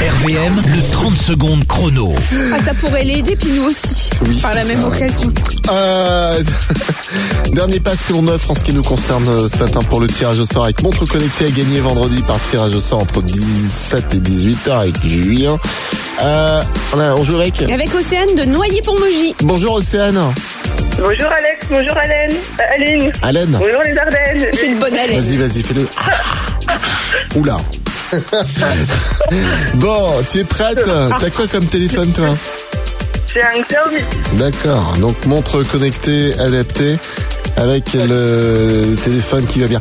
RVM, le 30 secondes chrono. Ah, ça pourrait l'aider, puis nous aussi, Oui, par la c'est même ça. occasion. Euh, Dernier pass que l'on offre en ce qui nous concerne euh, ce matin pour le tirage au sort avec montre connectée à gagner vendredi par tirage au sort entre 17 et 18h avec Julien. Euh, on a- on joue avec. Avec Océane de Noyer-Pont-Mogy. Bonjour Océane. Bonjour Alex, bonjour Alain. Euh, Aline. Haleine. Bonjour les Ardennes. J'ai une bonne haleine. Vas-y, vas-y, fais-le. Oula. bon, tu es prête T'as quoi comme téléphone toi J'ai un Xiaomi. D'accord, donc montre connectée, adaptée, avec le téléphone qui va bien.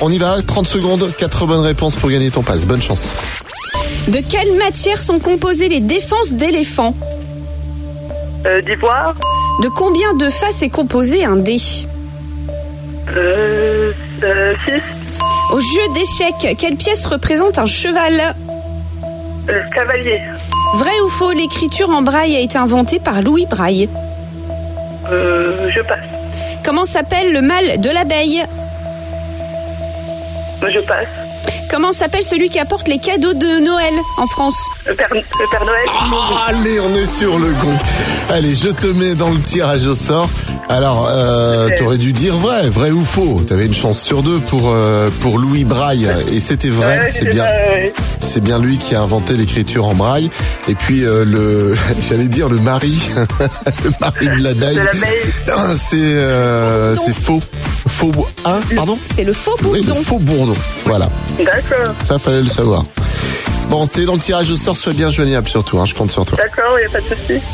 On y va, 30 secondes, 4 bonnes réponses pour gagner ton passe. Bonne chance. De quelle matière sont composées les défenses d'éléphants Euh, D'ivoire. De combien de faces est composé un dé Euh, euh, 6. Au jeu d'échecs, quelle pièce représente un cheval Euh, cavalier. Vrai ou faux, l'écriture en braille a été inventée par Louis Braille. Euh, je passe. Comment s'appelle le mâle de l'abeille Je passe. Comment s'appelle celui qui apporte les cadeaux de Noël en France Le Père, le Père Noël. Ah, allez, on est sur le gong. Allez, je te mets dans le tirage au sort. Alors, euh, t'aurais dû dire vrai, vrai ou faux. T'avais une chance sur deux pour euh, pour Louis Braille et c'était vrai, Ouais, c'est j'ai bien. pas, euh, C'est bien lui qui a inventé l'écriture en braille. Et puis euh, le, j'allais dire le mari, le mari de l'abeille. De l'abeille. Ah, C'est euh, Faux bourdon. c'est faux, faux bou- hein, pardon. C'est le faux Oui, le bourdon. faux bourdon. Voilà, D'accord. ça fallait le savoir. Bon, t'es dans le tirage au sort, sois bien joignable surtout. Hein, je compte sur toi. D'accord, il n'y a pas de souci.